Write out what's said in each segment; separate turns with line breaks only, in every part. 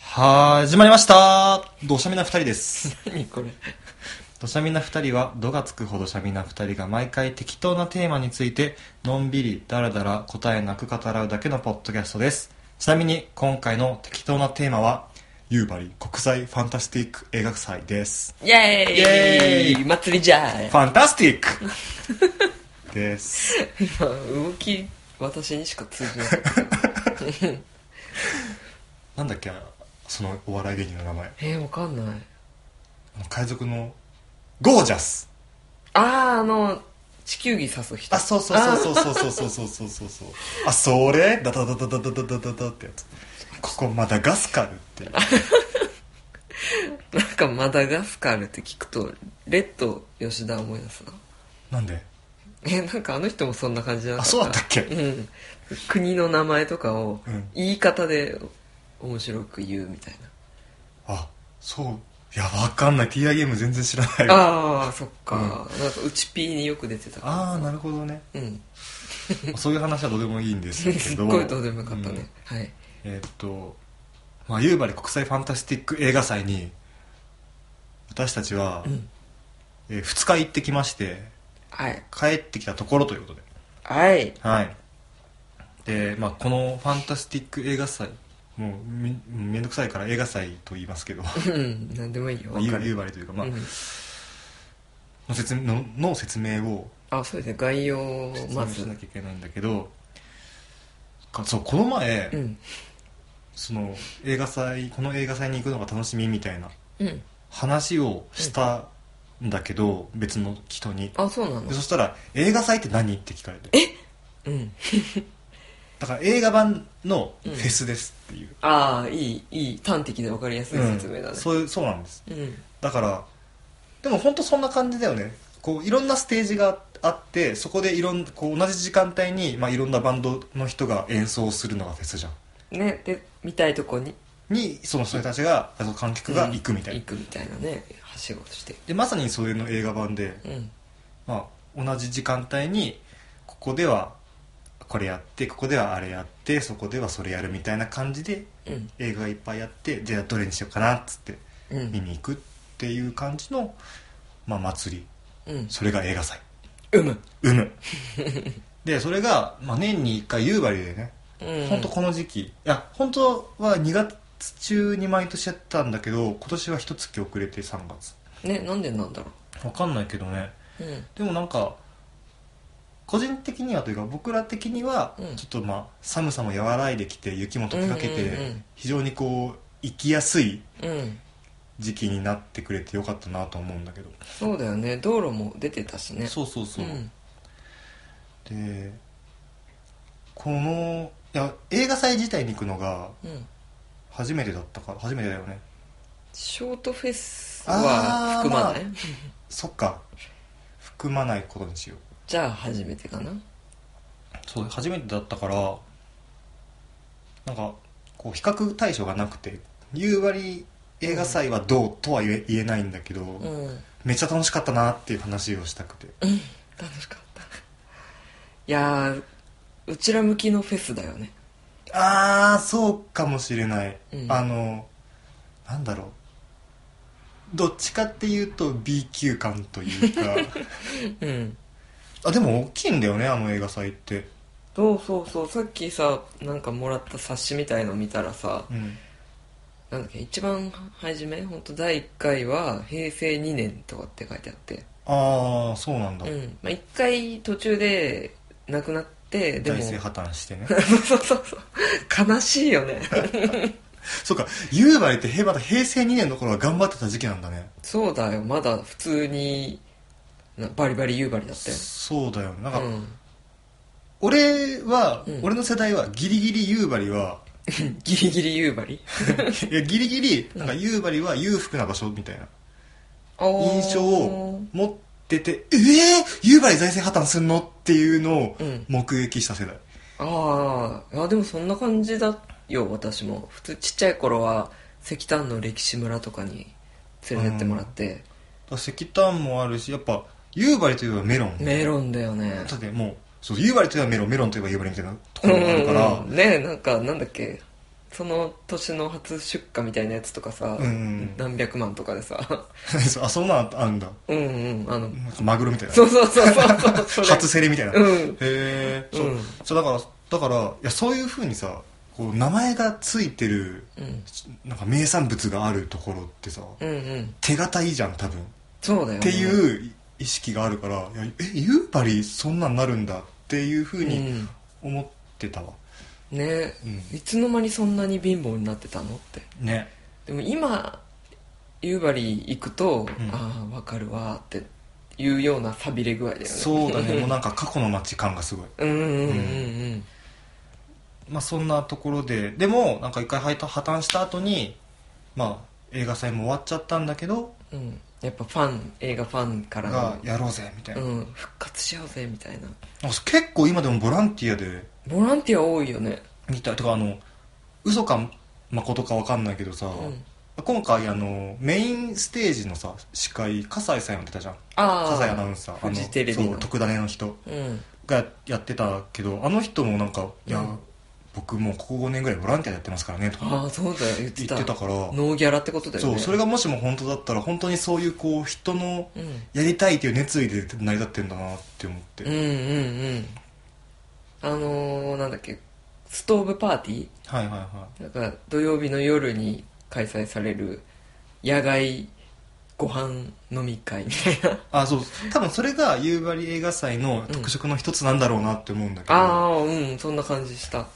始まりましたどしゃみな二人です。
何これ
どしゃみな二人は、度がつくほどしゃみな二人が毎回適当なテーマについて、のんびり、だらだら、答えなく語らうだけのポッドキャストです。ちなみに、今回の適当なテーマは、夕張国際ファンタスティック映画祭です。
イェーイ
イエーイ
祭りじゃーい
ファンタスティック です。
今動き私にしか通じなかったうん
なんだっけ、そのお笑い芸人の名前。
えー、わかんない
あの海賊の、ゴージャス
あーあの地球儀刺す人
あそうそうそうそうそうそうそうそうそうそうあそれダダダダダダダダダダってやつここマダガスカルっていう
なんかマダガスカルって聞くとレッド吉田思い出す
な
な
んで
えー、なんかあの人もそんな感じじゃなか
あ
った
そうだったっけ
うん国の名前とかを
うん
言い方で面白く言うみたい
あそういやわかんない TI ゲーム全然知らない
な、
わ
ああそっか、なんかうちピーによく出てたから
ああなるほ どね
うん
そういう話はどうでもいいんですけど
すっごいどうでもよかったね、はい
うんえーっと、まあ、夕張国際ファンタスティック映画祭に私たちは、
うん
え2日行ってきまして
はい
帰ってきたところということで
はい
はいで、まあ、この「ファンタスティック映画祭」もうめめんどくさいから映画祭と言いますけ ど
うん何でもいいよわ
夕
かる
夕張というか、まあ
うん
の説明のの説明を
あそうですね概要を
説
ま
明
ず
しなきゃいけないんだけど、かそうこの前、
うん
その映画祭この映画祭に行くのが楽しみみたいな
うん
話をしたんだけど、別の人に
あそうなの
でそしたら「映画祭って何?」って聞かれて
うん
だから映画版のフェスですっていう、
ああいいいい端的でわかりやすい説明だ
うん
ね
そういうそうなんです
うん
だからでも本当そんな感じだよねこういろんなステージがあってそこでいろんこう同じ時間帯に、まあ、いろんなバンドの人が演奏するのがフェスじゃん
ねで見たいとこに
にその人たちがあの観客が行くみたいな、
行くみたいなねはしごして
でまさにそういうの映画版で、
うん
まあ、同じ時間帯にここではこれやってここではあれやってそこではそれやるみたいな感じで
うん
映画がいっぱいやってじゃあどれにしようかなっつって
う
見
ん
に行くっていう感じの、まあ、祭り
うん
それが映画祭
うむ
うむでそれが、まあ、年に1回夕張でね
うん
本当この時期、いや本当は2月中に毎年やってたんだけど今年は一月遅れて3月
ねなんでなんだろ
わかんないけどね
ううん
でもなんか個人的にはというか僕ら的には
うん
ちょっとまあ寒さも和らいできて雪も溶けかけ
うんうんう
て
ん
非常にこう行きやすい
うん
時期になってくれてよかったなと思うんだけど、
そうだよね道路も出てたしね
そうそうそう、
ん
でこのいや映画祭自体に行くのが
うん
初めてだったか初めてだよね
ショートフェスは含まない、
あーそっか含まないことにしよう
じゃあ初めてかな
そう初めてだったからなんかこう比較対象がなくて夕張映画祭はどうとは言え言えないんだけど、
うん
めっちゃ楽しかったなっていう話をしたくて
楽しかったいやーうちら向きのフェスだよね
ああそうかもしれない、
うん
あのなんだろうどっちかっていうと B 級感というか
うん
あでも大きいんだよねあの映画祭って
そうそうそうさっきさなんかもらった冊子みたいの見たらさ
うん
なんだっけ一番初め本当第1回は平成2年とかって書いてあって
ああそうなんだ、
うん、まあ、1回途中でなくなってでも
財政破綻してね
そうそうそう悲しいよね
そうか夕張ってへまだ平成2年の頃は頑張ってた時期なんだね
そうだよまだ普通になバリバリ夕張だったよ
そうだよねなんか、
うん
俺は、
うん
俺の世代はギリギリ夕張 は
ギリギリ 夕張
いやギリギリなんか夕張は裕福な場所みたいな印
印
象を持っててええー、夕張財政破綻すんのっていうのを
うん
目撃した世代、
あーあでもそんな感じだよ私も普通ちっちゃい頃は石炭の歴史村とかに連れてってもらって、
だから石炭もあるしやっぱ夕張といえばメロン
メロンだよね
だってもうそう夕張といえばメロンメロンといえば夕張みたいなところがあるから、
うんねなんかなんだっけその年の初出荷みたいなやつとかさ、
うんうん
何百万とかでさ
あそんなのあるんだ
うんうんあの
なんかマグロみたいな
そうそうそうそうそうそれ
初競りみたいな、へ
うん
えそう,、
うん
そうだからだからいやそういうふうにさこう名前がついてる
うん
なんか名産物があるところってさ、
うんうん
手堅いじゃん多分っ
そうだよね
ていう意識があるからいやえ夕張そんなんなるんだっていうふうに思ってたわ、
うんね
うん
いつの間にそんなに貧乏になってたのって
ね
でも今夕張行くと、
うん
ああわかるわっていうようなさびれ具合だよね
そうだね もうなんか過去の街感がすごい
うんうんうんうんうん
まあそんなところででもなんか一回破綻破綻した後にまあ映画祭も終わっちゃったんだけど
うん、やっぱファン映画ファンから
が
の、
やろうぜみたいな,、
うん、復活しようぜみたいな
なんか結構今でもボランティアで
ボランティア多いよね
見たいとかあの嘘か誠か分かんないけどさ、
うん
今回あのメインステージのさ司会葛西さんやってたじゃん
あ
葛西アナ
あ
ウンサーあ
フジテレビの
そう特ダネの人
うん
がやってたけどあの人もなんか「いや、
うん
僕もうここ5年ぐらいボランティアやってますからね」と
あ
か
あそうだよ言って
言ったてたから
ノーギャラってことだよね
そうそれ
が
がもしも本当だったら本当にそういうこう人の
うん、
やりたいという熱意で成り立ってんだなって思って、
うんうんうんあのー、なんだっけストーブパーティ
はいはいは
ーなんか土曜日の夜に開催される野外ご飯飲み会みたいない
あそう多分それが夕張映画祭の特色の一つなんだろうなって思うんだけど、
ああうんそんな感じした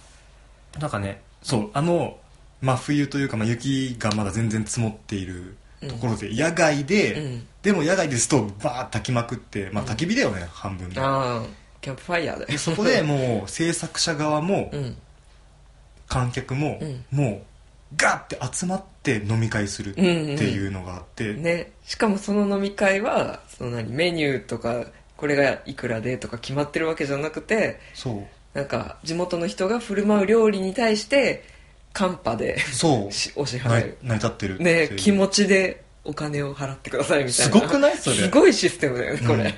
なんかねそうあの真冬というか、まあ、雪がまだ全然積もっているところで、野外で、
うん
でも野外でストーブバーッ焚きまくって、まあ、
うん
焚き火だよね、半分で
ああキャンプファイヤーだ
で
よ
そこでもう制作者側も
うん
観客も、
うん
もうガッて集まって飲み会するっていうのがあって、
ね、しかもその飲み会はその何メニューとかこれがいくらでとか決まってるわけじゃなくて
そう
なんか地元の人が振る舞う料理に対してカンパで
そう
しお支
な
払
成
い
り立ってるってい
ね
う
気持ちでお金を払ってくださいみたいな
すごくないそれ
すごいシステムだよねこ
うん
れ、
い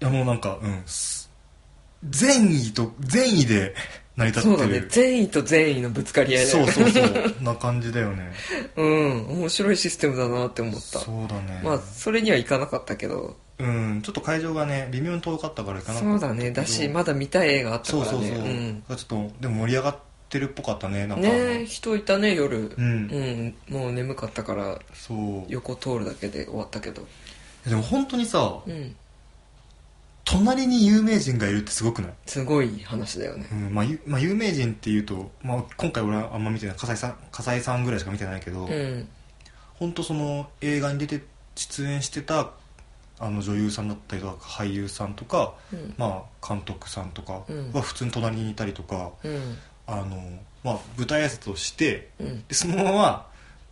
やもうなんかうんす善意と善意で成り立
そう
っ
だ
て
ね
る
善意と善意のぶつかり合いだ
そ
よ
う
ね
そうそうな感じだよね
うん面白いシステムだなって思った
そうだね、
まあそれにはいかなかったけど
うんちょっと会場がね微妙に遠かったから行かなか
そ
っ
う
た
だねだし
けど
まだ見たい映画あったか
そ
ら
う
ね
そうそう、
ん
ちょっとでも盛り上がってるっぽかったねなんか
ねえ人いたね夜
うん、
うん、もう眠かったから
そういや
横通るだけで終わったけど
でも本当にさ、
うん
隣に有名人がいるってすごくない、
すごい話だよね
うんまあ、ゆまあ有名人っていうと、まあ、今回俺はあんま見てない笠井さん笠井さんぐらいしか見てないけど、
うん
本当その映画に出て出演してたあの女優さんだったりとか俳優さんとか、
うん
まあ、監督さんとか
うん
は普通に隣にいたりとか、
うん
あのまあ、舞台挨拶をして
うん
でそのまま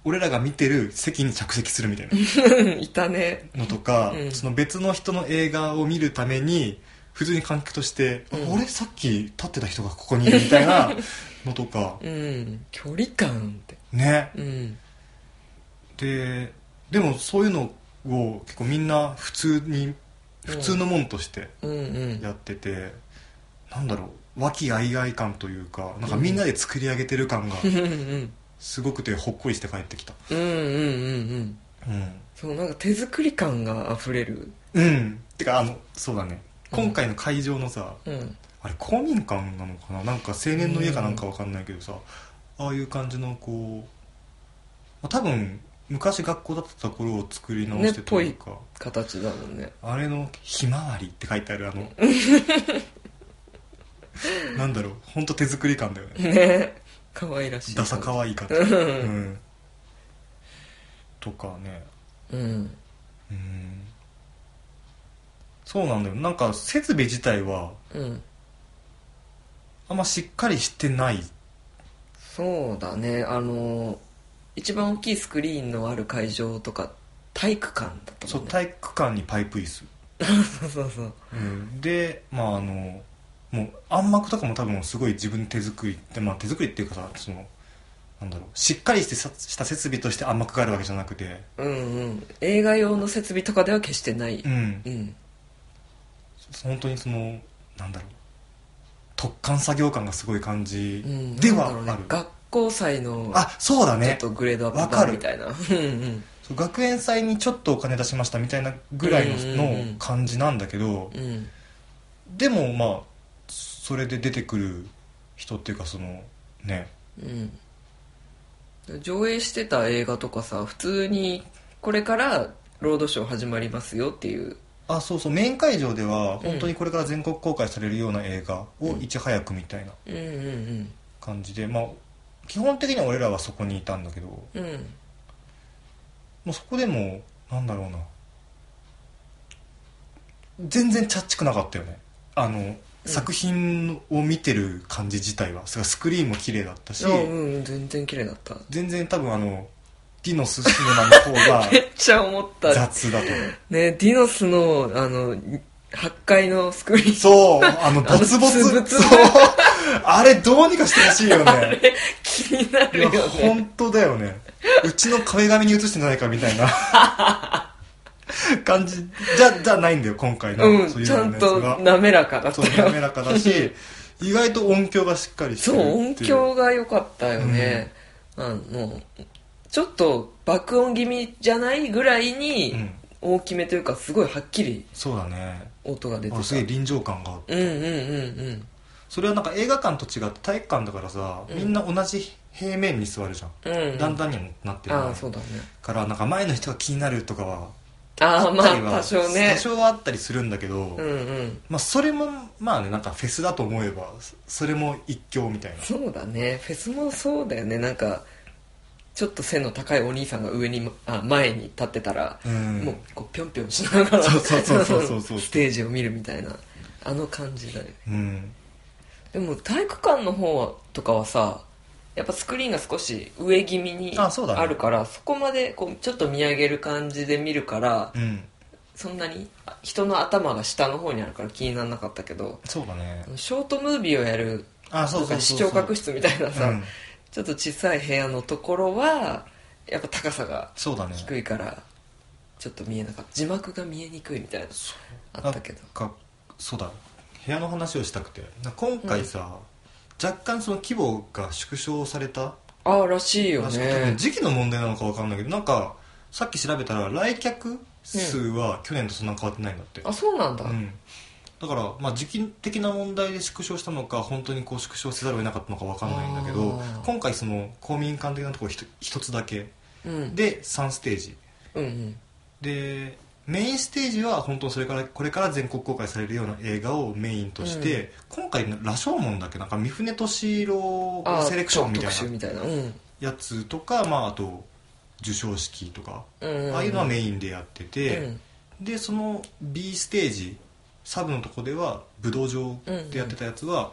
俺らが見てる席に着席するみたいな
いたね
のとか、
うん
その別の人の映画を見るために普通に観客として、あ
うん
俺さっき立ってた人がここにいるみたいなのとか
うん距離感って
ね
うん
ででもそういうのを結構みんな普通に普通のもんとして
うんうん
やってて、なんだろう和気あいあい感というかなんかみんなで作り上げてる感が
うんうん
すごくてほっこりして帰ってきた
うんうんうん
うん、
そうなんか手作り感が溢れる
うん、てかあのそうだね
うん
今回の会場のさ、
うん
あれ公民館なのかななんか青年の家かなんかわかんないけどさ、ああいう感じのこう、まあ、多分昔学校だったところを作り直してというか、
形だもんね
あれの「ひまわり」って書いてあるあのなんだろう本当手作り感だよね
ね可愛らしい
ダサ可愛い感じ、
う
うんん、とかね
うん
うんそうなんだよなんか設備自体は
うん
あんましっかりしてない
そうだねあの一番大きいスクリーンのある会場とか体育館だった
そ
も
うん
ね
体育館にパイプ椅子、
そうそうそう
うん、でまああのもう暗幕とかも多分すごい自分手作りって、まあ、手作りっていうかさそのなんだろうしっかりしてさした設備として暗幕があるわけじゃなくて
うんうん映画用の設備とかでは決してない
うん
うん
本当にそのなんだろう突貫作業感がすごい感じ
うん
ではあ
な
る、
んだろうね、学校祭の
あそうだ
ちょっ
ね
とグレードア
わ
ップ
か
版
る
みたいな、 うんうん
そう学園祭にちょっとお金出しましたみたいなぐらいの,、
うんうんうん
の感じなんだけど
うん
でもまあそれで出てくる人っていうかそのね
うん、上映してた映画とかさ普通にこれからロードショー始まりますよっていう
あそうそうメイン会場では本当にこれから全国公開されるような映画をいち早くみたいな
うんうん
感じで、まあ基本的には俺らはそこにいたんだけども
うんうん
うそこでもなんだろうな全然チャッチくなかったよねあの、作品を見てる感じ自体はそれからスクリーンも綺麗だったし、
あうん全然綺麗だった
全然多分あのディノスシネマの方 が
めっちゃ思ったね
雑だと思う
ディノスのあの8階のスクリーン
そうあのボツボ
あの
ツ
ツブツブ
そうあれどうにかしてほしい よね
気にないるよ
や
ね
本当だよねうちの壁紙に映してないかみたいな 感じじゃじゃないんだよ今回の、
う
そ
ん
ういう
ちゃ
ようんなやつ
と
が
滑らかだっ
そう
たよ
滑らかだし 意外と音響がしっかりして
そ
る
う
っていう
音響が良かったよね、あのちょっと爆音気味じゃないぐらいに
うん
大きめというかすごいはっきり
そうだね
音が出て
あ
た
すげえ臨場感がある
うんうんうん
それはなんか映画館と違って体育館だからさ、
うん
みんな同じ平面に座るじゃん、
うんうん
だんだんにもなってる
ああそうだね
からなんか前の人が気になるとかは
ああま
ったりは
あ多少ね
多少はあったりするんだけど、
うんうん
まあ、それもまあねなんかフェスだと思えばそそれも一興みたいな
そうだねフェスもそうだよねなんかちょっと背の高いお兄さんが上にあ前に立ってたら、
うん
もうこうぴょんぴょんしながら
そうそうそうそうそうそう
ステージを見るみたいなあの感じだよね
うん
でも体育館の方はとかはさやっぱスクリーンが少し上気味に
あそうだね
あるからそこまでこうちょっと見上げる感じで見るから
うん
そんなにあ人の頭が下の方にあるから気にならなかったけど
そうだね
ショートムービーをやる
あそうそう
なん
そう
か視聴覚室みたいなさ、
うん
ちょっと小さい部屋のところはやっぱ高さが
そうだね
低いからちょっと見えなかった字幕が見えにくいみたいなあったけど
なんかそうだ部屋の話をしたくてなんか今回さ、若干その規模が縮小された
ああらしいよ
確か多分
ね
時期の問題なのか分かんないけどなんかさっき調べたら来客数は去年とそんな変わってないんだって、
あそうなんだ、
うん、だから、まあ、時期的な問題で縮小したのか本当にこう縮小せざるを得なかったのか分かんないんだけど
あー
今回その公民館的なところひと一つだけ
うん、
で3ステージ
うんうん
でメインステージは本当それからこれから全国公開されるような映画をメインとして、今回「羅生門」だっけなんか三船敏郎
あー
セレクションみた
特集
いな
みたいな、うん
やつとか、まあ、あと授賞式とか、
うんん、
ああいうのはメインでやってて、
うん
でその B ステージサブのとこでは武道場でやってたやつは、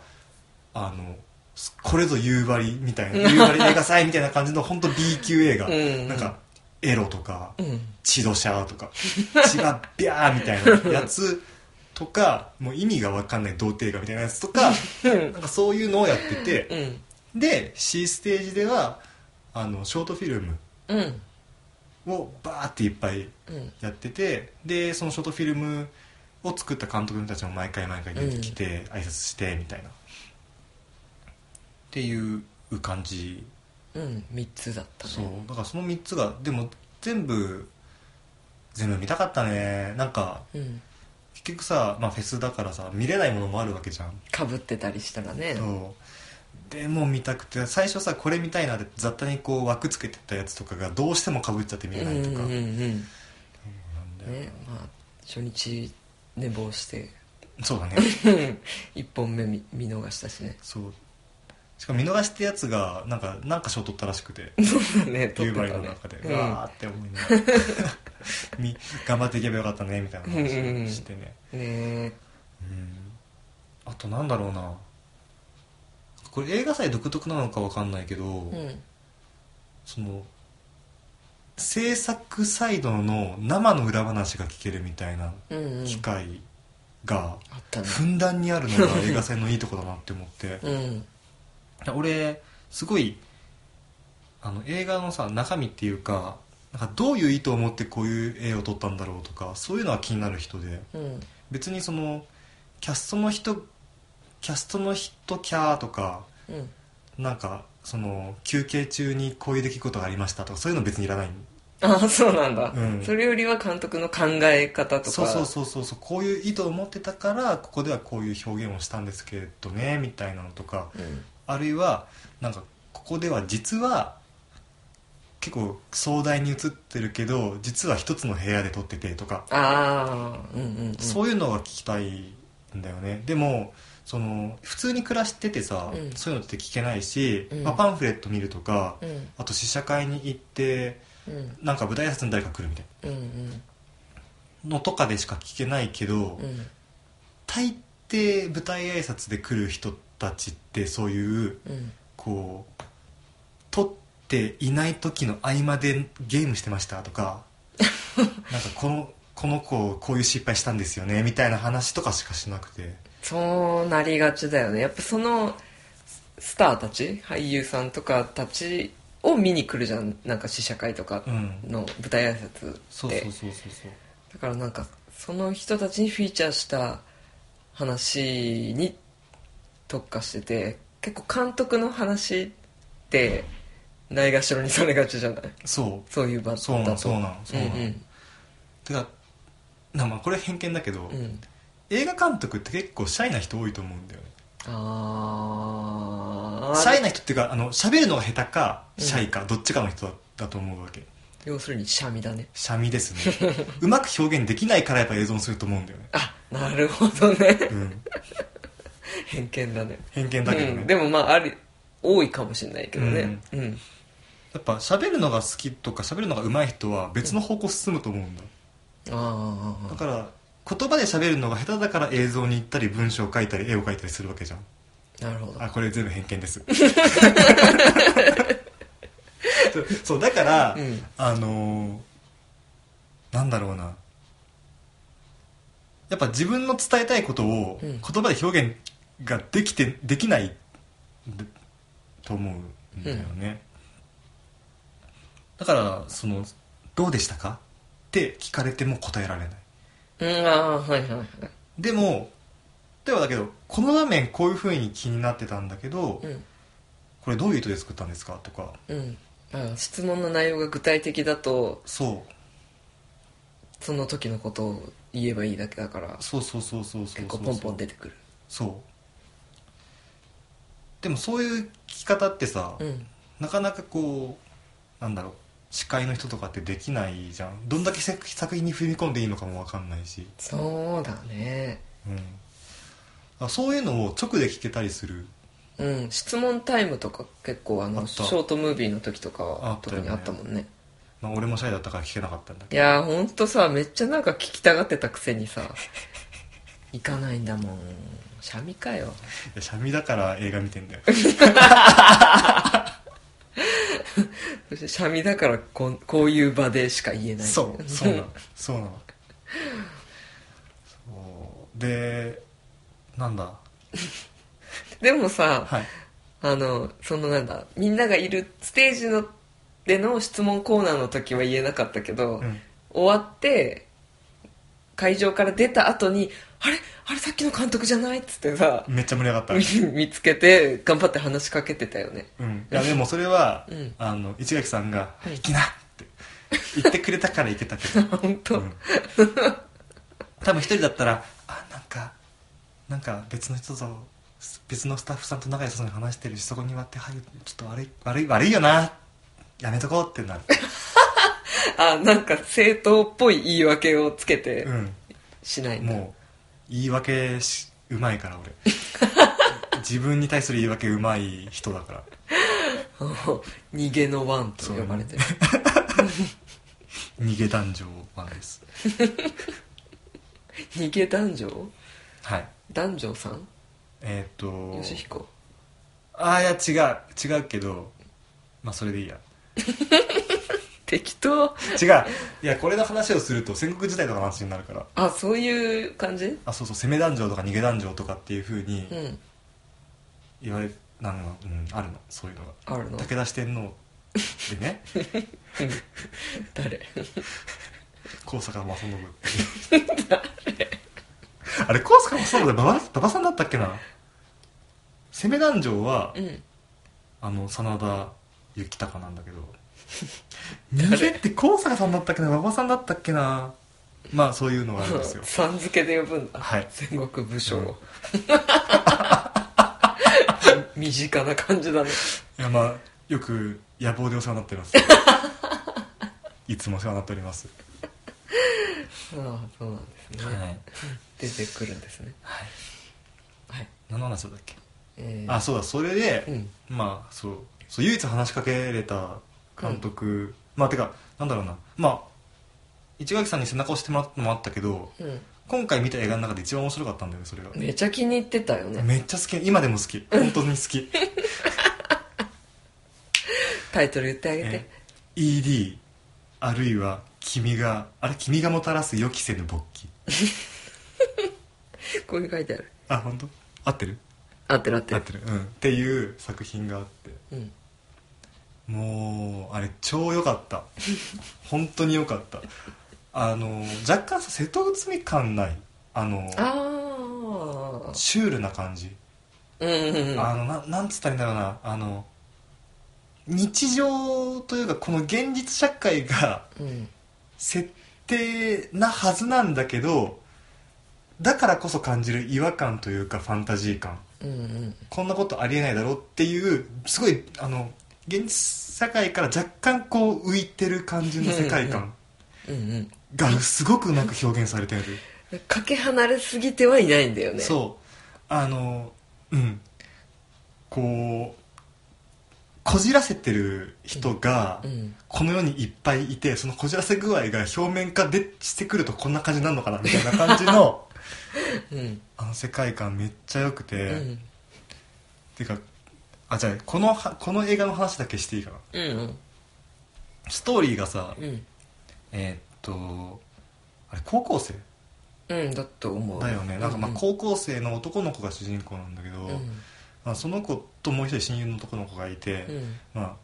あのすこれぞ夕張みたいな夕張映画祭みたいな感じの本当 B 級映画、
うんうん
なんかエロとか
うん
血土ャーと か血がビャーみたいなやつとかもう意味が分かんない童貞映画みたいなやつと か
うん
なんかそういうのをやってて
うん
で C ステージではあのショートフィルム
うん
をバーっていっぱい
うん
やっててでそのショートフィルムを作った監督たちも毎回毎回出てきて、挨拶してみたいなっていう感じ、
うん3つだったね
そうだからその3つがでも全部全部見たかったねなんか
うん
結局さ、まあ、フェスだからさ見れないものもあるわけじゃん、
かぶってたりしたらね
そうでも見たくて最初さこれ見たいなって雑多にこう枠つけてたやつとかがどうしてもかぶっちゃって見
うん
れなんい
ううん
とか、
うん
なんだよ
ねまあ初日寝坊して
そうだね
1本目見見逃したしね
そうしかも見逃したやつがなんかなんか賞取ったらし くて
そうだね撮
夕
って
張
たね
の中で、
うん
うわーって思いながら み頑張っていけばよかったねみたいな話をしてね、
ね
うんあとなんだろうなこれ映画祭独特なのかわかんないけど、
えうん
その制作サイドの生の裏話が聞けるみたいな
うんうん
機会が
あったね
ふんだんにあるのが映画祭のいいとこだなって思って
うん
俺すごいあの映画のさ中身っていうかなんかどういう意図を持ってこういう絵を撮ったんだろうとかそういうのは気になる人で
うん
別にそのキャストの人キャストの人キャーとか
うん
なんかその休憩中にこういう出来事がありましたとかそういうの別にいらない
ああそうなんだ、
うん
それよりは監督の考え方とか
そうそうそうそうそうこういう意図を持ってたからここではこういう表現をしたんですけれどねみたいなのとか
うん
あるいはなんかここでは実は結構壮大に映ってるけど実は一つの部屋で撮っててとか
ああうんうん、うん、
そういうのが聞きたいんだよねでもその普通に暮らしててさ、
うん
そういうのって聞けないし、
うん
まあ、パンフレット見るとか、
うん
あと試写会に行って
うん
なんか舞台挨拶に誰か来るみたい
うんうん
なのとかでしか聞けないけど、
うん
大抵舞台挨拶で来る人たちってそういう
うん
こう撮っていない時の合間でゲームしてましたと かなんかこのこの子こういう失敗したんですよねみたいな話とかしかしなくて。
そうなりがちだよねやっぱそのスターたち俳優さんとかたちを見に来るじゃんなんか試写会とか
うん、
の舞台挨拶って
そうそうそうそうそう
だからなんかその人たちにフィーチャーした話に特化してて結構監督の話ってないがしろにされがちじゃない
そ
そういう場だ
う
と
そうなんそうなんそうなん、
うん
てかなまあこれ偏見だけど、
うん、うん、
映画監督って結構シャイな人多いと思うんだよね
ああ
シャイな人っていうかあの喋るのが下手かシャイか、どっちかの人だだと思うわけ
要するにシャミだね
シャミですねうまく表現できないからやっぱ映像にすると思うんだよね、
あなるほどね
うん、
偏見だね
偏見だけどね、
うん、でもまあある多いかもしれないけどねうん、
やっぱ喋るのが好きとか喋るのが上手い人は別の方向進むと思うんだ、
あ
だ
あ
から言葉で喋るのが下手だから映像に行ったり文章を書いたり絵を描いたりするわけじゃん
なるほど
あこれ全部偏見です そうだから、
うん
あのーなんだろうなやっぱ自分の伝えたいことを
うん
言葉で表現ができてできないんだと思うんだよね、だからその「どうでしたか?」って聞かれても答えられない
うんああはいはいはい
でも例えばだけどこの場面こういうふうに気になってたんだけど、
うん
これどういう意図で作ったんですかとか
うんああ質問の内容が具体的だと
そ
その時のことを言えばいいだけだから
うそうそうそうそうそう
結構ポンポン出てくる
そうでもそういう聞き方ってさ、
うん
なかなかこうなんだろう司会の人とかってできないじゃんどんだけ作作品に踏み込んでいいのかもわかんないし、
そうだね
うん、あそういうのを直で聞けたりする
うん質問タイムとか結構あの
あっ
シ
た
ョートムービーの時とか
あ
は
った
特
よね
にあったもんね
まあ俺もシャイだったから聞けなかったんだけ
いやーほんとさめっちゃなんか聞きたがってたくせにさ行かないんだもんシャミかよ
どいやシャミだから映画見てんだ よ
そしてシャミだからこんこういう場でしか言えない
そうそうな のそうなのそうでなんだ
でもさ、
はい
あのそのなんだみんながいるステージのでの質問コーナーの時は言えなかったけど、
うん
終わって会場から出た後に「あれあれさっきの監督じゃない?」っつってさ、
めっちゃ盛り上がった、
見つけて頑張って話しかけてたよね
うん、いやでもそれは、
うん
あの市垣さんが「
うん
行きな!」って言ってくれたから行けたけど、
本
う
当、
ん、多分一人だったら「あなんかなんか別の人と別のスタッフさんと仲良さそうに話してるしそこに割って入るちょっと悪い悪い悪いよなやめとこう」ってなる、
あなんか正当っぽい言い訳をつけて
うん、
しないんだ、
もう言い訳しうまいから俺自分に対する言い訳うまい人だから
逃げのワンと呼ばれ てる
逃げ男女なんです
逃げ男女
はい
男女さん
えっ、と
吉彦
ああいや違う違うけどまあそれでいいや
適当
違ういやこれの話をすると戦国時代とかの話になるから
あそういう感じ
あそうそう攻め男女とか逃げ男女とかっていうふうに
うん
言われなのが、うん、あるのそういうのが
あるの
武田四天王で ね
誰
高坂正信 っていうあれ高坂正信で馬場馬場さんだったっけな攻め男女は、
うん
あの真田幸隆なんだ けど店って高坂さんだったっけな馬場さんだったっけなまあそういうのがあるんですよ
さん付けで呼ぶん だ、
はい
戦国武将、 身近な感じだね
いやまあよく野望でお世話になって ますいつもお世話になっております、
ああそうなんですね、
はい、
出てくるんですねはい
何の話だっけ、
えー
あそうだそれで、
うん
まあそうそう唯一話しかけれた監督、まあてかなんだろうなまあ市垣さんに背中を押してもらったのもあったけど
うん
今回見た映画の中で一番面白かったんだよねそれが、
めちゃ気に入ってたよね
めっちゃ好き今でも好き本当に好 き
タイトル言ってあげて、
え ED あるいは君があれ君がもたらす予期せぬ勃起
こういう書いてある
あ本当合ってる
合ってる合って
合
る
ってるうんっていう作品があって
うん
もうあれ超良かった 本当に良かったあの若干さ瀬戸内海感ないあの
ああ
シュールな感じ、
うんうんうん
あのななんつったらいいんだろうなあの日常というかこの現実社会が
うん
設定なはずなんだけどだからこそ感じる違和感というかファンタジー感
うんうん
こんなことありえないだろうっていうすごいあの現実社会から若干こう浮いてる感じの世 界観
うんうん
がすごくうまく表現されてる、
かけ離れすぎてはいないんだよねう
そうあのうんこうこじらせてる人が
うん
この世にいっぱいいてそのこじらせ具合が表面化でしてくるとこんな感じになるのかなみたいな感じの
うん
あの世界観めっちゃ良くて、
う
っ
ん
ていうかあじゃあこのはこの映画の話だけしていいかな
うん
ストーリーがさ、
うん
えーっとあれ高校生
うんだと思う
だよねなんかまあ高校生の男の子が主人公なんだけど、
うんうん
まあ、その子ともう一人親友の男の子がいて、
うん
ま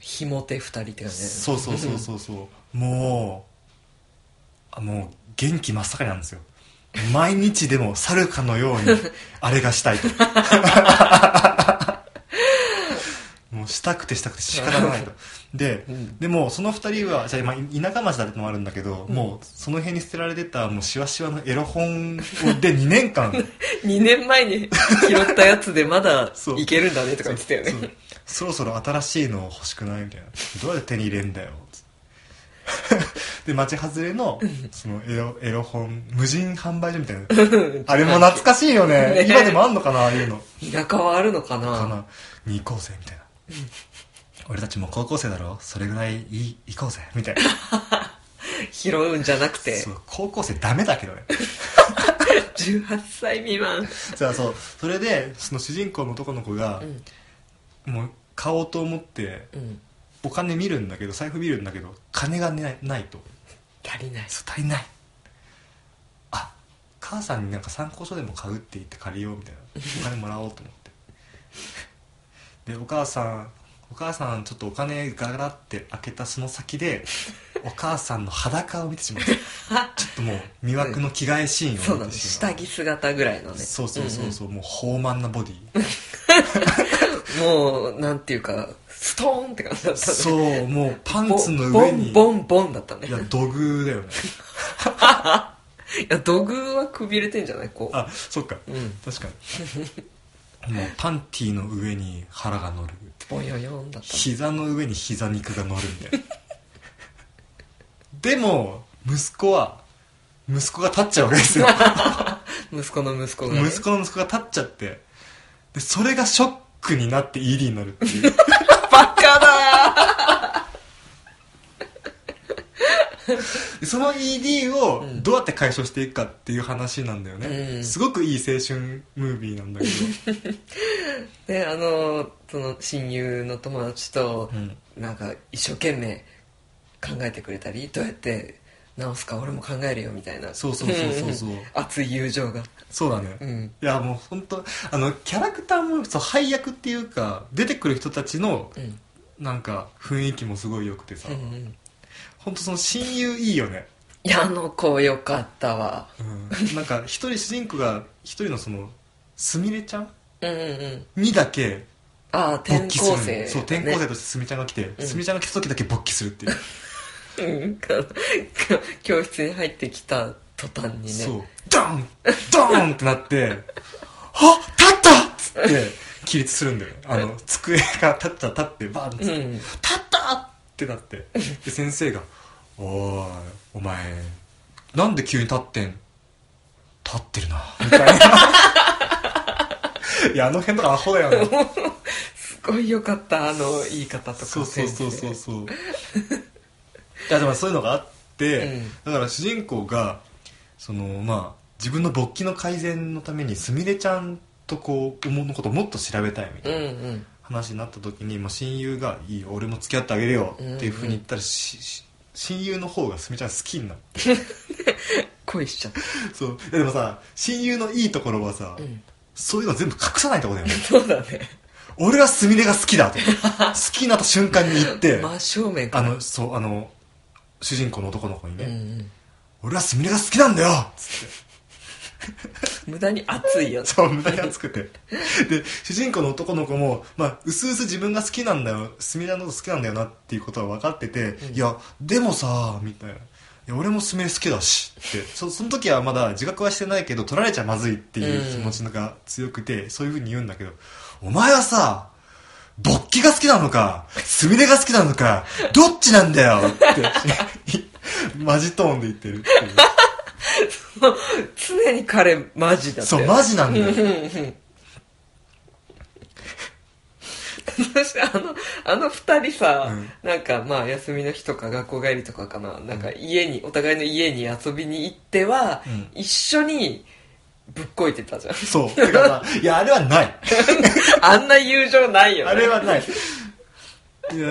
ひも手二人って
あ、
感じだよね
そうそうそう そうそうもうあもう元気真っ盛りなんですよ毎日でも猿かのように あれがしたいともうしたくてしたくて仕方がないとで
うん
でもその二人はじゃあ、まあ、田舎町だってのもあるんだけど、もうその辺に捨てられてたもうしわしわのエロ本をで2年間
2年前に拾ったやつでまだ
そう
いけるんだねとか言ってたよね
そうそろそろ新しいの欲しくないみたいなどうやって手に入れんだよつってで町外れのそのエロエロ本無人販売所みたいなあれも懐かしいよね
ね
今でもあんのかなああいうの
田舎はあるのか
か
な
な二高生みたいな俺たちも高校生だろそれぐらいいい行こうぜみたいな
拾うんじゃなくて
そう高校生ダメだけどね
18歳未満
じゃあそうそれでその主人公の男の子が
うん
もう買おうと思って
うん
お金見るんだけど財布見るんだけど金がねないと
足りない
そう足りないあ母さんになんか参考書でも買うって言って借りようみたいなお金もらおうと思ってでお母さんお母さんちょっとお金ガラって開けたその先でお母さんの裸を見てしまったちょっともう魅惑の着替えシーンを見てし
そ
ま
う
う
だね下着姿ぐらいのね
そうそうそう
う
そう、もう豊満なボ ディ
んうんもうなんていうかストーンって感じだったね
そうもうパンツの
ボ
上に
ンボンボンだったね
いや土偶だよね
いや土偶はくびれてんじゃないこう
あそっか
うん
確かに もうパンティーの上に腹が乗る
ボヨヨンだった
膝の上に膝肉が乗るみたいな でも息子は息子が立っちゃうわけですよ
息子の息子がね
息子の息子が立っちゃってでそれがショックになって ED になるって いう
バカだ
でその ED をどうやって解消していくかっていう話なんだよね、
うん
すごくいい青春ムービーなん だけど、
ーであのその親友の友達と
うん
なんか一生懸命考えてくれたりどうやって直すか俺も考えるよみたいな
そうそうそうそうそうん
ん 熱い友情が
そうだね、
うん
いやもう本当あのキャラクターもそう配役っていうか出てくる人たちの
うん
なんか雰囲気もすごい良くてさ、
うんう
ほん、
ん
本当その親友いいよね、
いやあの子よかったわ
うん、なんか一人主人公が一人のそのすみれちゃん
ううんうんうん
にだけ
ああ
勃
転
起
校
する
生、ね、
そう転校生としてすみちゃんが来て、
うん
すみちゃんが来た時だけ勃起するっていう、
うんかか教室に入ってきた途端にね
そうドーンドーンってなって「あ立った!」っつって起立するんだよねあの机が立った立ってバーンって、
うん
立ったってなってで先生が「おーいお前なんで急に立ってん立ってるな」みたいないやあの辺とかアホだよね
すごいよかったあの言い方とか
そうそうそうそう
先
そういやでもそういうのがあって、
うん
だから主人公がそのまあ自分の勃起の改善のためにすみれちゃんとこう思うのことをもっと調べたいみた
生
いな
うん
話になった時に、まあ、親友が「いいよ俺も付き合ってあげるよ」っていうふうに言ったら、しし親友の方がすみれちゃん好きになって
恋しちゃった
そういやでもさ親友のいいところはさ、
うん
そういうの全部隠さないところだよね
そうだね
俺はすみれが好き だと好きになった瞬間に言って
真正面か
あ
ら
の、そう、あの、主人公の男の子にね、
うんうん、
俺はスミレが好きなんだよつって、
無駄に熱いよね
そう、無駄に熱くて。で、主人公の男の子も、まあ、うすうす自分が好きなんだよ、スミレのこと好きなんだよなっていうことは分かってて、
うん
いや、でもさ、みたいな。いや、俺もスミレ好きだし、って。そその時はまだ自覚はしてないけど、取られちゃまずいっていう気持ちのが強くて、そういう風に言うんだけど、お前はさ、勃起が好きなのか、スミレが好きなのか、どっちなんだよって、 マジトーンで言ってるっていう。
常に彼マジだって
そう、マジなんだよ。
そしてあのあの二人さ、
うん
なんかまあ休みの日とか学校帰りとかかななんか家にお互いの家に遊びに行っては、
うん
一緒にぶっこいてたじゃん
そう。だから、いや、あれはない。
あんな友情ないよね
あれはない。いや、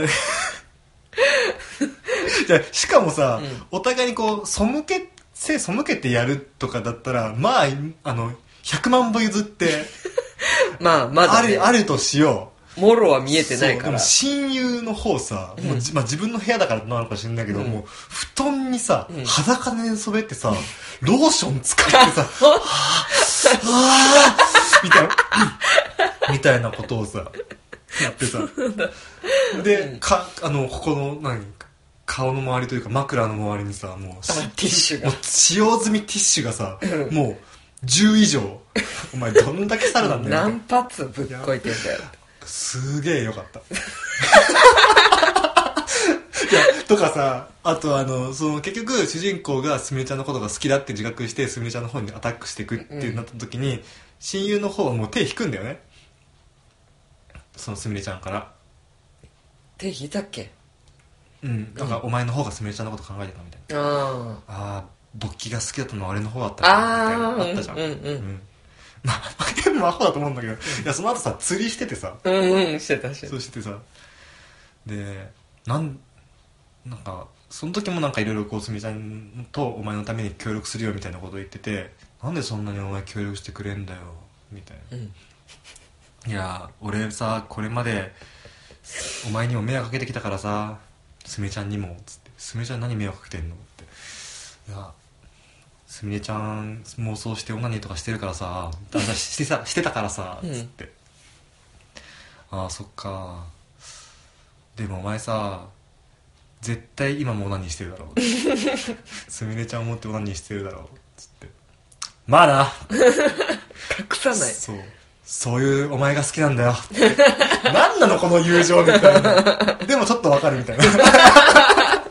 じゃあしかもさ、
うん
お互いにこう、背け、背背けてやるとかだったら、まあ、あの、100万歩譲って、
まあま
あ
だ、ね、
る、あるとしよう。
もろは見えてない
そうで
か
も
ら
親友の方さ、もうじまあ、自分の部屋だからなのかもしれないけど、
うん
もう布団にさ、
うん
裸で寝そべってさ、ローション使って さ、はぁ、はぁ、みたいな、 うんみたいなことをさ、やってさ。で、か、あの、ここの、何顔の周りというか枕の周りにさ、もう、
あティッシュが
もう使用済みティッシュがさ、
うん
もう、10以上。お前どんだけ 猿なんだよ。
何発ぶっこいてんだよ
すげえよかったいやとかさあとあのその結局主人公がすみれちゃんのことが好きだって自覚してすみれちゃんの方にアタックしていくってなった時に、親友の方はもう手引くんだよねそのすみれちゃんから
手引いたっけ
うんなんかお前の方がすみれちゃんのこと考えてたみたいな
あ
ああ勃起が好きだったのは俺の方だったみ
あ
たいなあったじゃん
うんうんうん
まあでもアホだと思うんだけど、いやその後さ釣りしててさ、
あうんうんしてたして
そ
た
うしてさでなんなんかその時もなんかいろいろこうすみちゃんとお前のために協力するよみたいなこと言っててなんでそんなにお前協力してくれんだよみたい
うん
ないや俺さこれまでお前にも迷惑かけてきたからさすみれちゃんにもつってすみれちゃん何迷惑かけてんのっていやすみれちゃん妄想して女にとかしてるからさだだしてさしてたからさ
うん
つって、ああそっかでもお前さ絶対今もオナニーしてるだ ろうすみれちゃん思ってオナニーしてるだろうつってまあな
隠さない
そうそういうお前が好きなんだよ 何なのこの友情みたいなでもちょっとわかるみたいな だ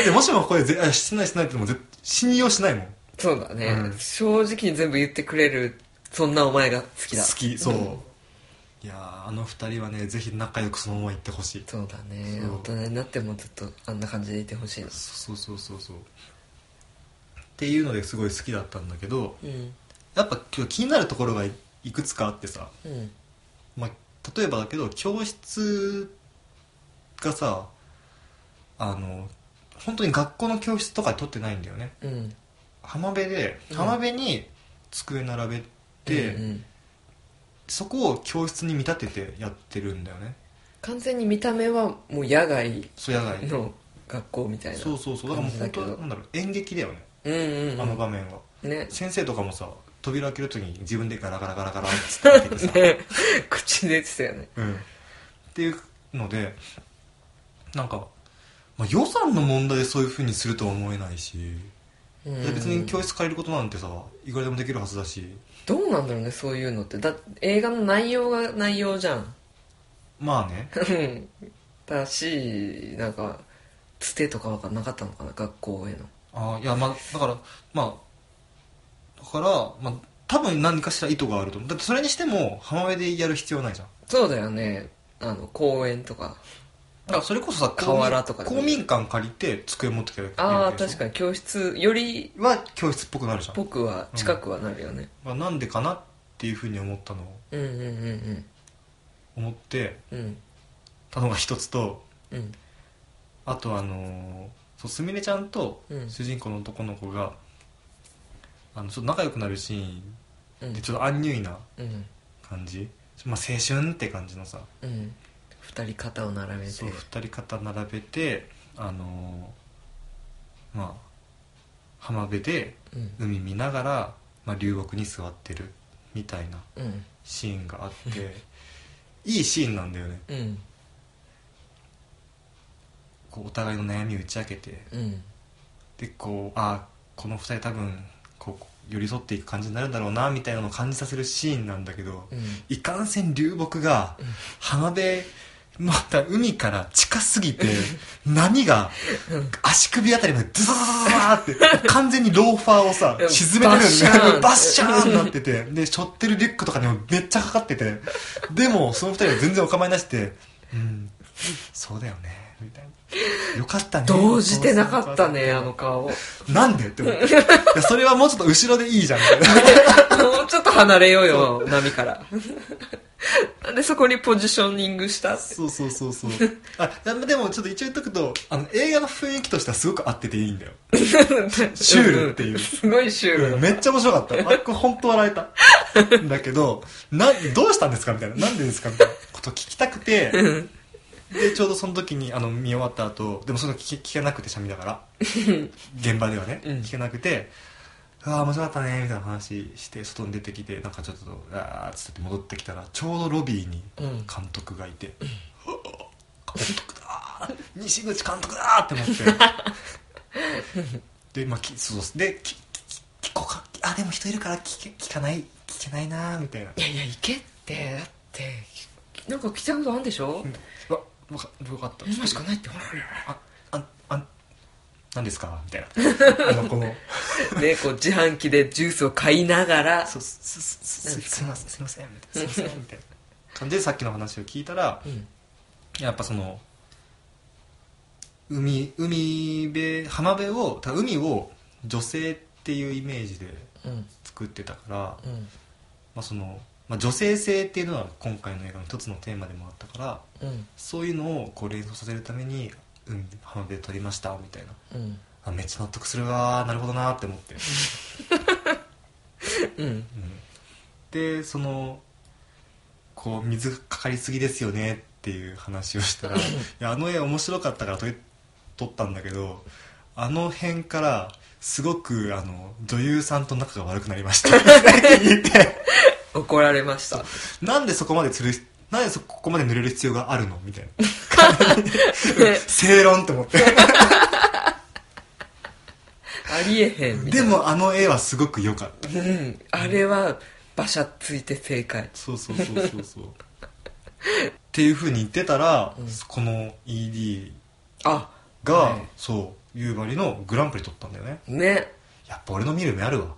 ってもしもこれぜあしてないしてないって言っても絶信用しないもん
そうだね、
うん
正直に全部言ってくれるそんなお前が好きだ
好きそう、
ん
いやーあの二人はねぜひ仲良くそのまま行ってほしい
そうだね
そう
大人になってもずっとあんな感じでいてほしいな
そうそうそうそうっていうのですごい好きだったんだけど
うん
やっぱ今日気になるところがいいくつかあってさ、
うん
まあ、例えばだけど教室がさあの本当に学校の教室とかで撮ってないんだよね
うん
浜辺で
うん
浜辺に机並べて、
うんうん
そこを教室に見立ててやってるんだよね
完全に見た目はもう野外
そう野外
の学校みたいな
そうそうそうだからもう本
感じだけ
当
ど
なんだろう演劇だよね、
うんうん、うん、
あの場面は
ね
先生とかもさ扉開けるときに自分でガラガラガラガラって開けてさ、
ね口で言ってたよね
うん、っていうのでなんか、まあ、予算の問題でそういうふうにするとは思えないし、
うん
別に教室借りることなんてさいくらでもできるはずだし
どうなんだろうねそういうのってだ映画の内容が内容じゃん
まあね
うんだしなんかつてとかはなかったのかな学校への
あーいやまあだからまあだから、まあ、多分何かしら意図があると思うだってそれにしても浜辺でやる必要ないじゃん
そうだよねあの公園とか
だからそれこそさ
河原とかでも
公民館借りて机持ってきゃいい
ああ確かに教室より
には教室っぽくなるじゃん、
僕は近くはなるよね、
まあ、なんでかなっていうふうに思ったのを
うん、うんうん
思って
うんうん
たのが一つと
うん
あとあのーそうすみれちゃんと
うん
主人公の男の子が、あのちょっと仲良くなるシー
う
ンで
ん
ちょっとアンニュイな
うん
感じ、まあ、青春って感じのさ
うん二人肩を並べて
そう二人肩並べてあのーまあ浜辺で
うん
海見ながら、まあ、流木に座ってるみたいな
うん
シーンがあって いいシーンなんだよね
うん
こうお互いの悩み打ち明けて
うん
でこうあこの二人多分こう寄り添っていく感じになるんだろうなみたいなのを感じさせるシーンなんだけど、
うん
いかんせん流木が
うん
浜辺また海から近すぎて波が
うん
足首あたりまでズザザザザ ーって完全にローファーをさ
うん
沈めてるんだよねバ
バ
ッ
ッ
シ
シ
ャ
ャーン
ーンなっててで背負ってるリュックとかにもめっちゃかかっててでもその二人は全然お構いなしってうんそうだよねみたいなよかったね
動じてなかった
そうそう
ね
そう
あの顔もう
なんでって思って。いや、それはもうちょっと後ろでいいじゃん、みたいな。
ちょっと離れようよ波からなんでそこにポジショニングしたって
そうそうそうそう。あ、でもちょっと一応言っとくと、あの、映画の雰囲気としてはすごく合ってていいんだよ。シュールっていう
すごいシュール
うんめっちゃ面白かった。あ、これ本当笑えた。だけど、な、どうしたんですかみたいな。なんでですかみたいなこと聞きたくて、で、ちょうどその時に、あの、見終わった後、でもその聞け聞けなくて、シャミだから。現場ではね、
うん
聞けなくて、うわー面白かったね、みたいな話して、外に出てきて、なんかちょっと、あーっつって戻ってきたら、ちょうどロビーに
うん
監督がいて、監督だー西口監督だーって思って。で、まあ、きそうそうで、ききき聞こうか。あ、でも人いるから聞け聞かない、聞けないなーみたいな。
いやいや行けってだってなんか来たことあるんでしょ
うわ、わかわかった。
今しかないってほらほら
あ、あ、あ、何ですかみたいな。あの、この、
ほらねこう自販機でジュースを買いながら
そうすすすすすいませんすいませんみたいなすいませんみたいな感じでさっきの話を聞いたら
うん
やっぱその海海辺浜辺をた海を女性っていうイメージで
うん
作ってたから、ま
うん
あそのまあ、女性性っていうのは今回の映画の一つのテーマでもあったから
うん
そういうのをこう連想させるために海浜辺撮りましたみたいな
うん
あめっちゃ納得するわーなるほどなーって思って。
うん
でそのこう水かかりすぎですよねっていう話をしたらいやあの絵面白かったから撮り撮ったんだけどあの辺からすごくあの女優さんと仲が悪くなりましたって言って
怒られました
なんでそこまでつるなんでそここまで濡れる必要があるのみたいな
ね
正論って思って
ありえへんみた
で
いな
もあの絵はすごく良かった
うんあれは馬車ついて正解
そうそうそうそうそうっていうふうに言ってたら、
うん
この ED
あ
が、
はい
そう夕張のグランプリ取ったんだよね
ね
やっぱ俺の見る目あるわ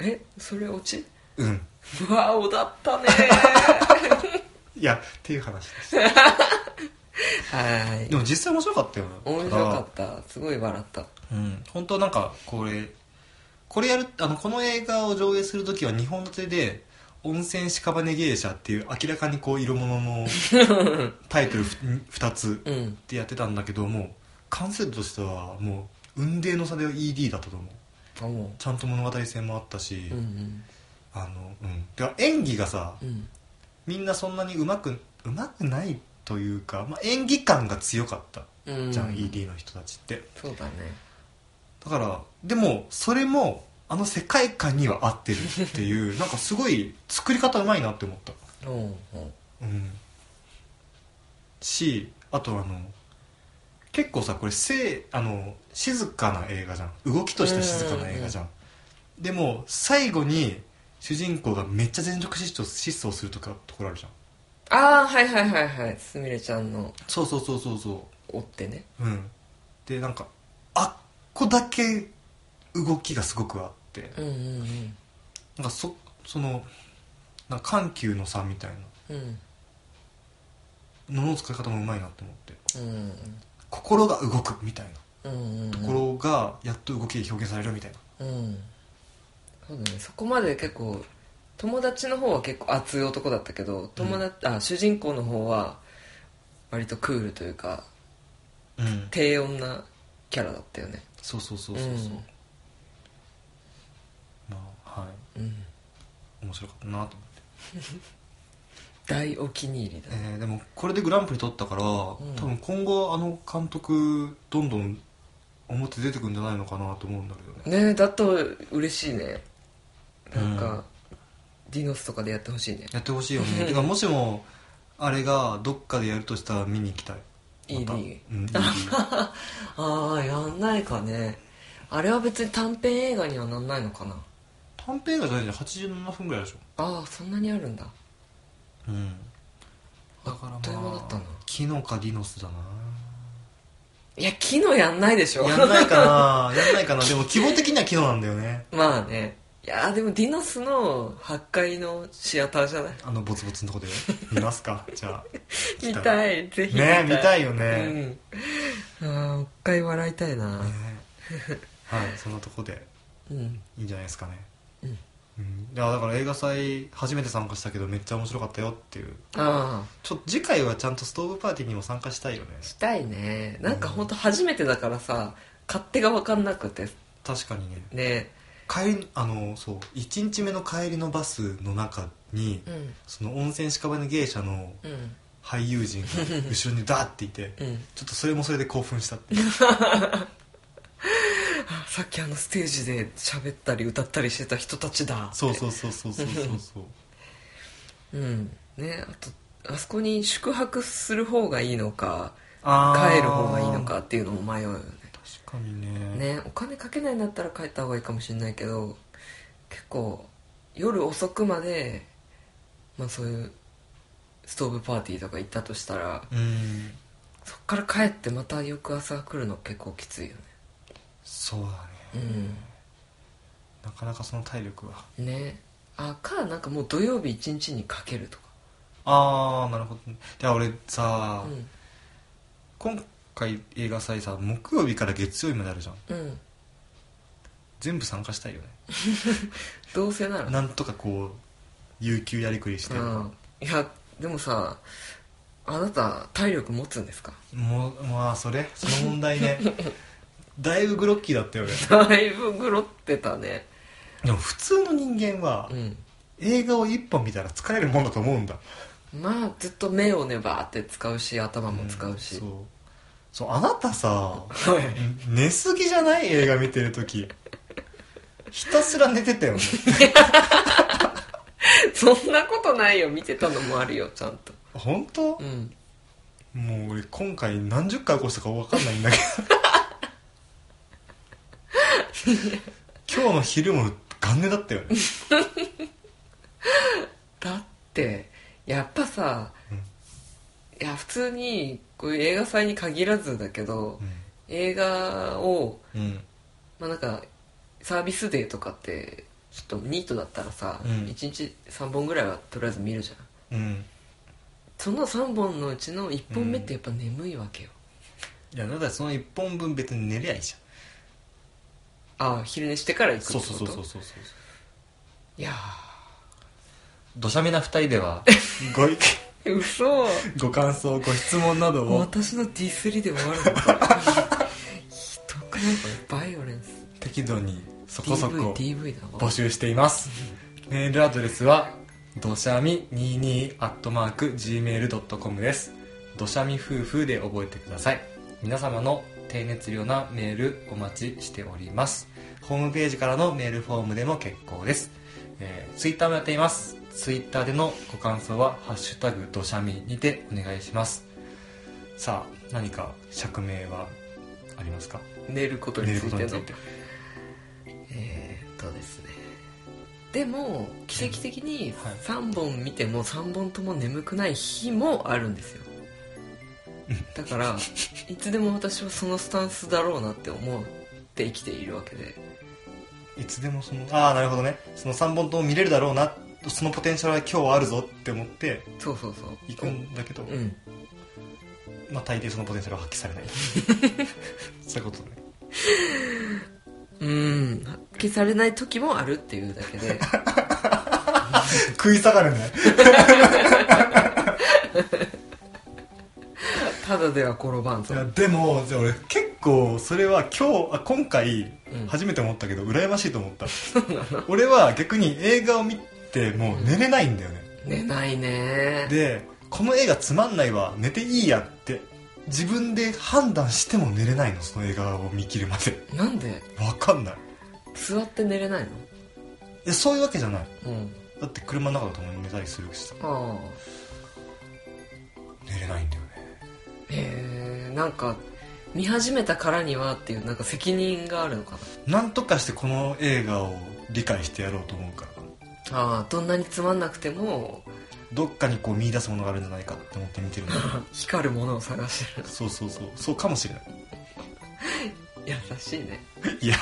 えそれ落ち
うん
うわおだったね
いやっていう話でした
はい
でも実際面白かったよね
面白かったすごい笑った
たうん本当なんかこれこれやるあのこの映画を上映する時は2本立てで「温泉屍芸者」っていう明らかにこう色物のタイトル2つ
うん
でやってたんだけども完成度としてはもう雲泥の差で ED だったと思う
あも
ちゃんと物語性もあったし、
ううん
あのうんてか演技がさ
うんうん
みんなそんなにうまくうまくないというか、まあ、演技感が強かった
うん
じゃん、ED の人たちって
そうだね
だからでもそれもあの世界観には合ってるって いうなんかすごい作り方うまいなって思った
うんうん
うんしあとあの結構さこれせあの静かな映画じゃん動きとして静かな映画じゃん、でも最後に主人公がめっちゃ全力疾走疾走するとかところあるじゃん
ああはいはいはいはいすみれちゃんの
そうそうそうそうそ
追ってね
ううんでなんかあっこだけ動きがすごくあって
うんうん
なんかそそのなんか緩急の差みたい
うんうん
なのの使い方もうまいなって思って
うん
心が動くみたいな
うんうん
ところがやっと動きで表現されるみたいな
うんそうだねそこまで結構友達の方は結構熱い男だったけど友達、あ主人公の方は割とクールというか
うん
低温なキャラだったよね
そうそうそうそうそう、
うん
まあはい
うん
面白かったなと思って、
大お気に入りだ、
えーでもこれでグランプリ取ったから、
ん
多分今後あの監督どんどん表出てくんじゃないのかなと思うんだけどね
ねえだと嬉しいねなんか、ディノスとかでやってほしいね
やってほしいよ ねてかもしもあれがどっかでやるとしたら見に行きたいまた
ED
うん ED
ああやんないかねあれは別に短編映画にはなんないのかな
短編映画じゃないじゃん87分ぐらいでしょ
ああそんなにあるんだ
うん
あ
だからま
っという間だったな
キノかディノスだない
や昨日やんないでしょ
やん ないかなやんないかなでも規模的にはキノなんだよね
まあねいやーでもディノスの8階のシアターじゃない
あのボツボツのとこで見ますかじゃあ
見
来ら
たいぜひ
ね見た
い
いよね、
うんああもう一回笑いたいな
ねはいそんなとこで
うん
いいんじゃないですかね
うん
うんいやだから映画祭初めて参加したけどめっちゃ面白かったよっていう
ああ
ちょっと次回はちゃんとストーブパーティーにも参加したいよね
したいねなんか本当初めてだからさ勝手が分かんなくて
確かにね
ね
帰りあのそう1日目の帰りのバスの中に、
うん
その温泉屍の芸者の
うん
俳優陣が後ろにダーっていて
うん
ちょっとそれもそれで興奮した っていう
あさっきあのステージで喋ったり歌ったりしてた人たちだ
そうそうそうそうそうそうそう
うんねあとあそこに宿泊する方がいいのか
あー
帰る方がいいのかっていうのも迷うよね
確かにね
ねお金かけないんだったら帰った方がいいかもしれないけど結構夜遅くまで、まあ、そういうストーブパーティーとか行ったとしたら
うん
そっから帰ってまた翌朝来るの結構きついよね
そうだね
う
なかなかその体力は
んねあかなんかもう土曜日一日にかけるとか
ああなるほどねいや俺さ、
うん
今回映画祭さ木曜日から月曜日まであるじゃん
うん
全部参加したいよね
どうせなら
なんとかこう有給やりくりして、
うんいやでもさあなた体力持つんですか
もうまあそれその問題ねだいぶグロッキーだったよね
だいぶグロってたね
でも普通の人間は
うん
映画を一本見たら疲れるもんだと思うんだ
まあずっと目をねバーって使うし頭も使うし、
んそうそうあなたさ
はい
寝すぎじゃない映画見てる時ひたすら寝てたよね
そんなことないよ見てたのもあるよちゃんと
本当
う、ん
もう俺今回何十回起こしたか分かんないんだけど今日の昼も元年だったよね
だってやっぱさ、
うん
いや普通にこういう映画祭に限らずだけど、映画を
うんうん
まあなんかサービスデーとかってちょっとニートだったらさ、
うん
一1日3本ぐらいはとりあえず見るじゃん
うん
その3本のうちの1本目ってやっぱ眠いわけよ、
いやだからその1本分別に寝りゃいいじゃ
ああ昼寝してから行
ん
くってこと
そうそう
いや
土砂目な2人で はご意見
ー嘘
ご感想ご質問などを
私のディスり で終わるのかひどくないこれバイオレンス
適度にそこそこ
DV, DV だ
募
わ
集していますメールアドレスはどしゃみ22アットマーク gmail.com ですどしゃみ夫婦で覚えてください皆様の低熱量なメールお待ちしておりますホームページからのメールフォームでも結構です、えー、ツイッターもやっていますツイッターでのご感想は「ハッシュタグどしゃみ」にてお願いしますさあ何か釈明はありますか
寝ることについて
寝るこ
の
とについて
えーっとですねでも奇跡的に
はい
3本見ても3本とも眠くない日もあるんですよだから いつでも私はそのスタンスだろうなって思って生きているわけで
いつでもそのああなるほどねその3本とも見れるだろうなそのポテンシャルは今日はあるぞって思って
そうそうそう
行くんだけど、
うん
まあ大抵そのポテンシャルは発揮されない そういうことね
うん発揮されない時もあるっていうだけ で
食い下がるね
ただでは転ばん
い
と
やでもじゃあ俺結構それは今日あ今回
うん
初めて思ったけど、羨ましいと思っ た俺は逆に映画を見てもう寝れないんだよね、
寝ないね
でこの映画つまんないわ寝ていいやって自分で判断しても寝れないのその映画を見切るまで
なんで
わかんない
座って寝れない
いやそういうわけじゃない
のうん
だって車の中だとも寝たりするしさ
ああ
寝れないんだよね
へえなんか見始めたからにはっていうなんか責任があるのか
なんとかしてこの映画を理解してやろうと思うから
なああどんなにつまんなくても
どっかにこう見出すものがあるんじゃないかって思って見てるんだけ
光るものを探し てる
どそうそうそうそうかもしれない
優しいね
いや、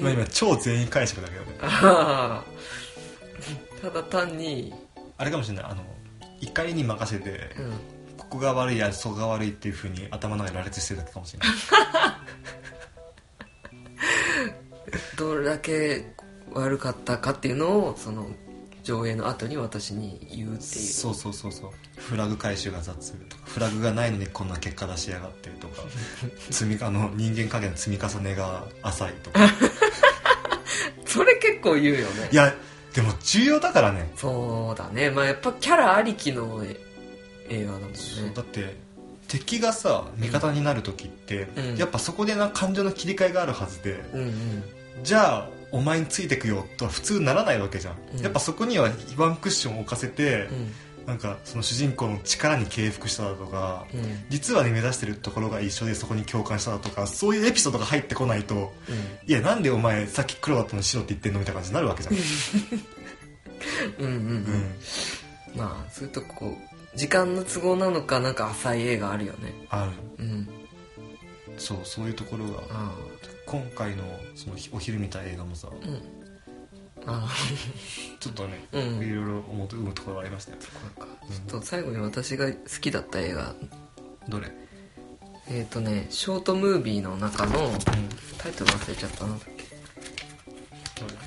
まあ今超全員解釈だけどね
ああ ただ単に
あれかもしれないあの怒りに任せて
うん
ここが悪いやそこが悪いっていうふうに頭の中で羅列してるだけかもしれない
どれだけ悪かったかっていうのをその上映の後に私に言うっていう
そうそうそうそうフラグ回収が雑とかフラグがないのにこんな結果出しやがってと か積みあの人間関係の積み重ねが浅いとか
それ結構言うよね
いやでも重要だからね
そうだねまあやっぱキャラありきのえ映画だもんね
そうだって敵がさ味方になる時って、
うん
やっぱそこでな感情の切り替えがあるはずで、
うんうん
じゃあお前についてくよとは普通ならないわけじゃん、
うん
やっぱそこにはワンクッションを置かせて
う、ん
なんかその主人公の力に敬服しただとか、
うん
実はね目指してるところが一緒でそこに共感しただとかそういうエピソードが入ってこないといやなんでお前さっき黒だったのに白って言ってんのみたいな感じになるわけじゃん、
うんうんう
う
んうん
ん、
まあそういうとこ時間の都合なのかなんか浅い映画あるよね
ある
うん
そうそういうところが
あ
今回のそのお昼見た映画もさ
あうんああ
ちょっとね、
うん
いろいろ思うと思うところがありましたよ
これかちょっと最後に私が好きだった映画
どれ、
えっ、とねショートムービーの中のタイトル忘れちゃったなんだっけ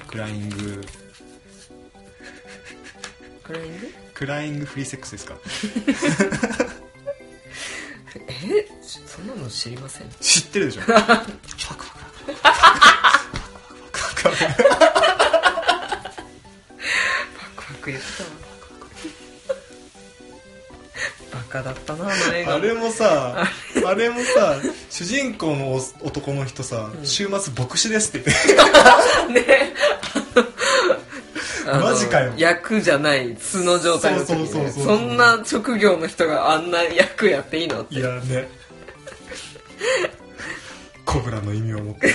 クライング
クライング
クライングフリーセックスですか
えそんなの知りません
知ってるでしょワクワクワクワクワクワクワクワクワク
ワクワク言ったわバカだったな あの映画
あれもさあれもさ主人公の男の人さ、
うん
週末牧師ですって言って
ねあの
マジかよ
役じゃない素の状態の時、ね、
そうそうそうそう
そんな職業の人があんな役やっていいのっ て
いやねコブラの意味を持ってる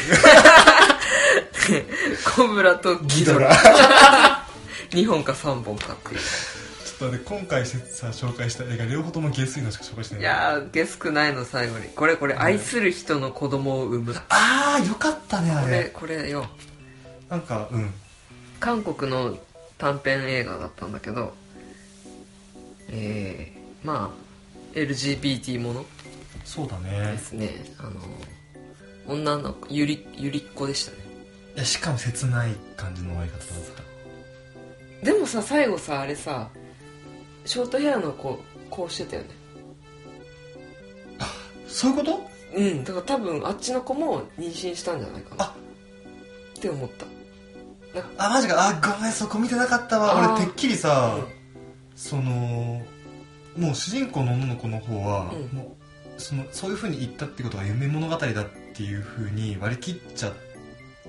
コブラとギ
ギ
ド
ド
ラ
ラち
2本か3本かっていう
ょっとね今回さ紹介した映画両方とも下水のしか紹介してない
いやーゲスくないの最後にこれこれ愛する人の子供を産むこ
ああよかったねあ
れ
れ
これよ
なんかうん
韓国の短編映画だったんだけどえー、まあ LGBT もの
そうだ
で
ね
すねあの女の子ゆりゆりっ子でしたね
いやしかも切ない感じの終わり方だった
でもさ最後さあれさショートヘアの子こうしてたよね
そういうこと
うんだから多分あっちの子も妊娠したんじゃないかな
あ
って思った
あマジかあごめんそこ見てなかった
あ
わ
ー
俺てっきりさ、
うん
そのもう主人公の女の子の方は、
うん
もうそのそういうふうに言ったってことが夢物語だっていうふうに割り切っちゃっ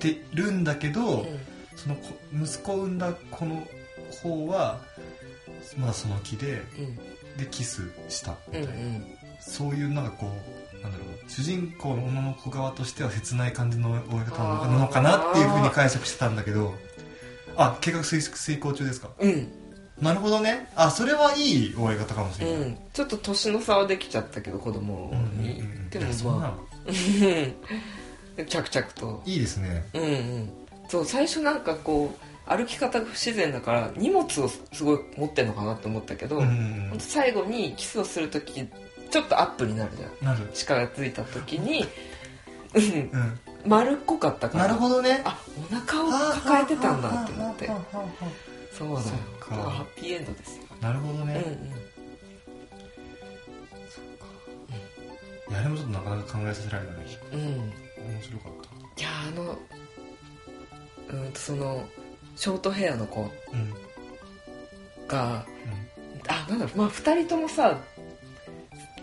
てるんだけど、
うん
その子息子を産んだこの方はまだその気ででキスしたみ
う
たい
ん
な、
うん
そういうなんかこうなんだろう主人公の女の子側としては切ない感じの終わり方なのかなっていうふうに解釈してたんだけどあ計画遂遂行中ですか
うん
なるほどねあそれはいい終わり方かもしれない、
うんちょっと年の差はできちゃったけど子供
うんうん
に
うん
で
いやそ
も
んな
ま
の
あ で着々と
いいですね
うんうんそう最初なんかこう歩き方が不自然だから荷物をすごい持ってんのかなって思ったけど、
うんうん
ほんと最後にキスをする時ちょっとアップになるじゃん
うんなる
力ついた時にうん
うん
丸っこかったから
なるほどね
あお腹を抱えてたんだって思って
はあはあはあは
そうだよ
そっ
だ
か
からハッピーエンドですよ
あなるほど
うんう
ね、い
ん
やあれもちょっとなかなか考えさせられたね
うん
面白かっ
いやあのうんとそのショートヘアの子
たうんうん
があなんだろうまあ2人ともさ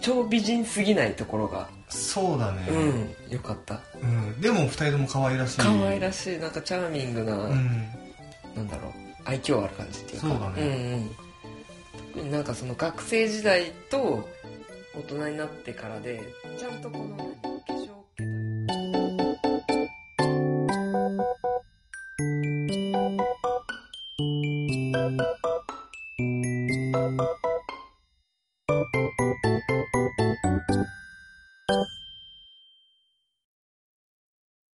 超美人すぎないところが
そうだ
う
ね
んよかった
うん、でも二人とも可愛らしい
可愛ら
い
しいなんかチャーミングな、
うん
なんだろう愛嬌ある感じっていうか
そうだね
んうん、特になんかその学生時代と大人になってからでちゃんとこの化粧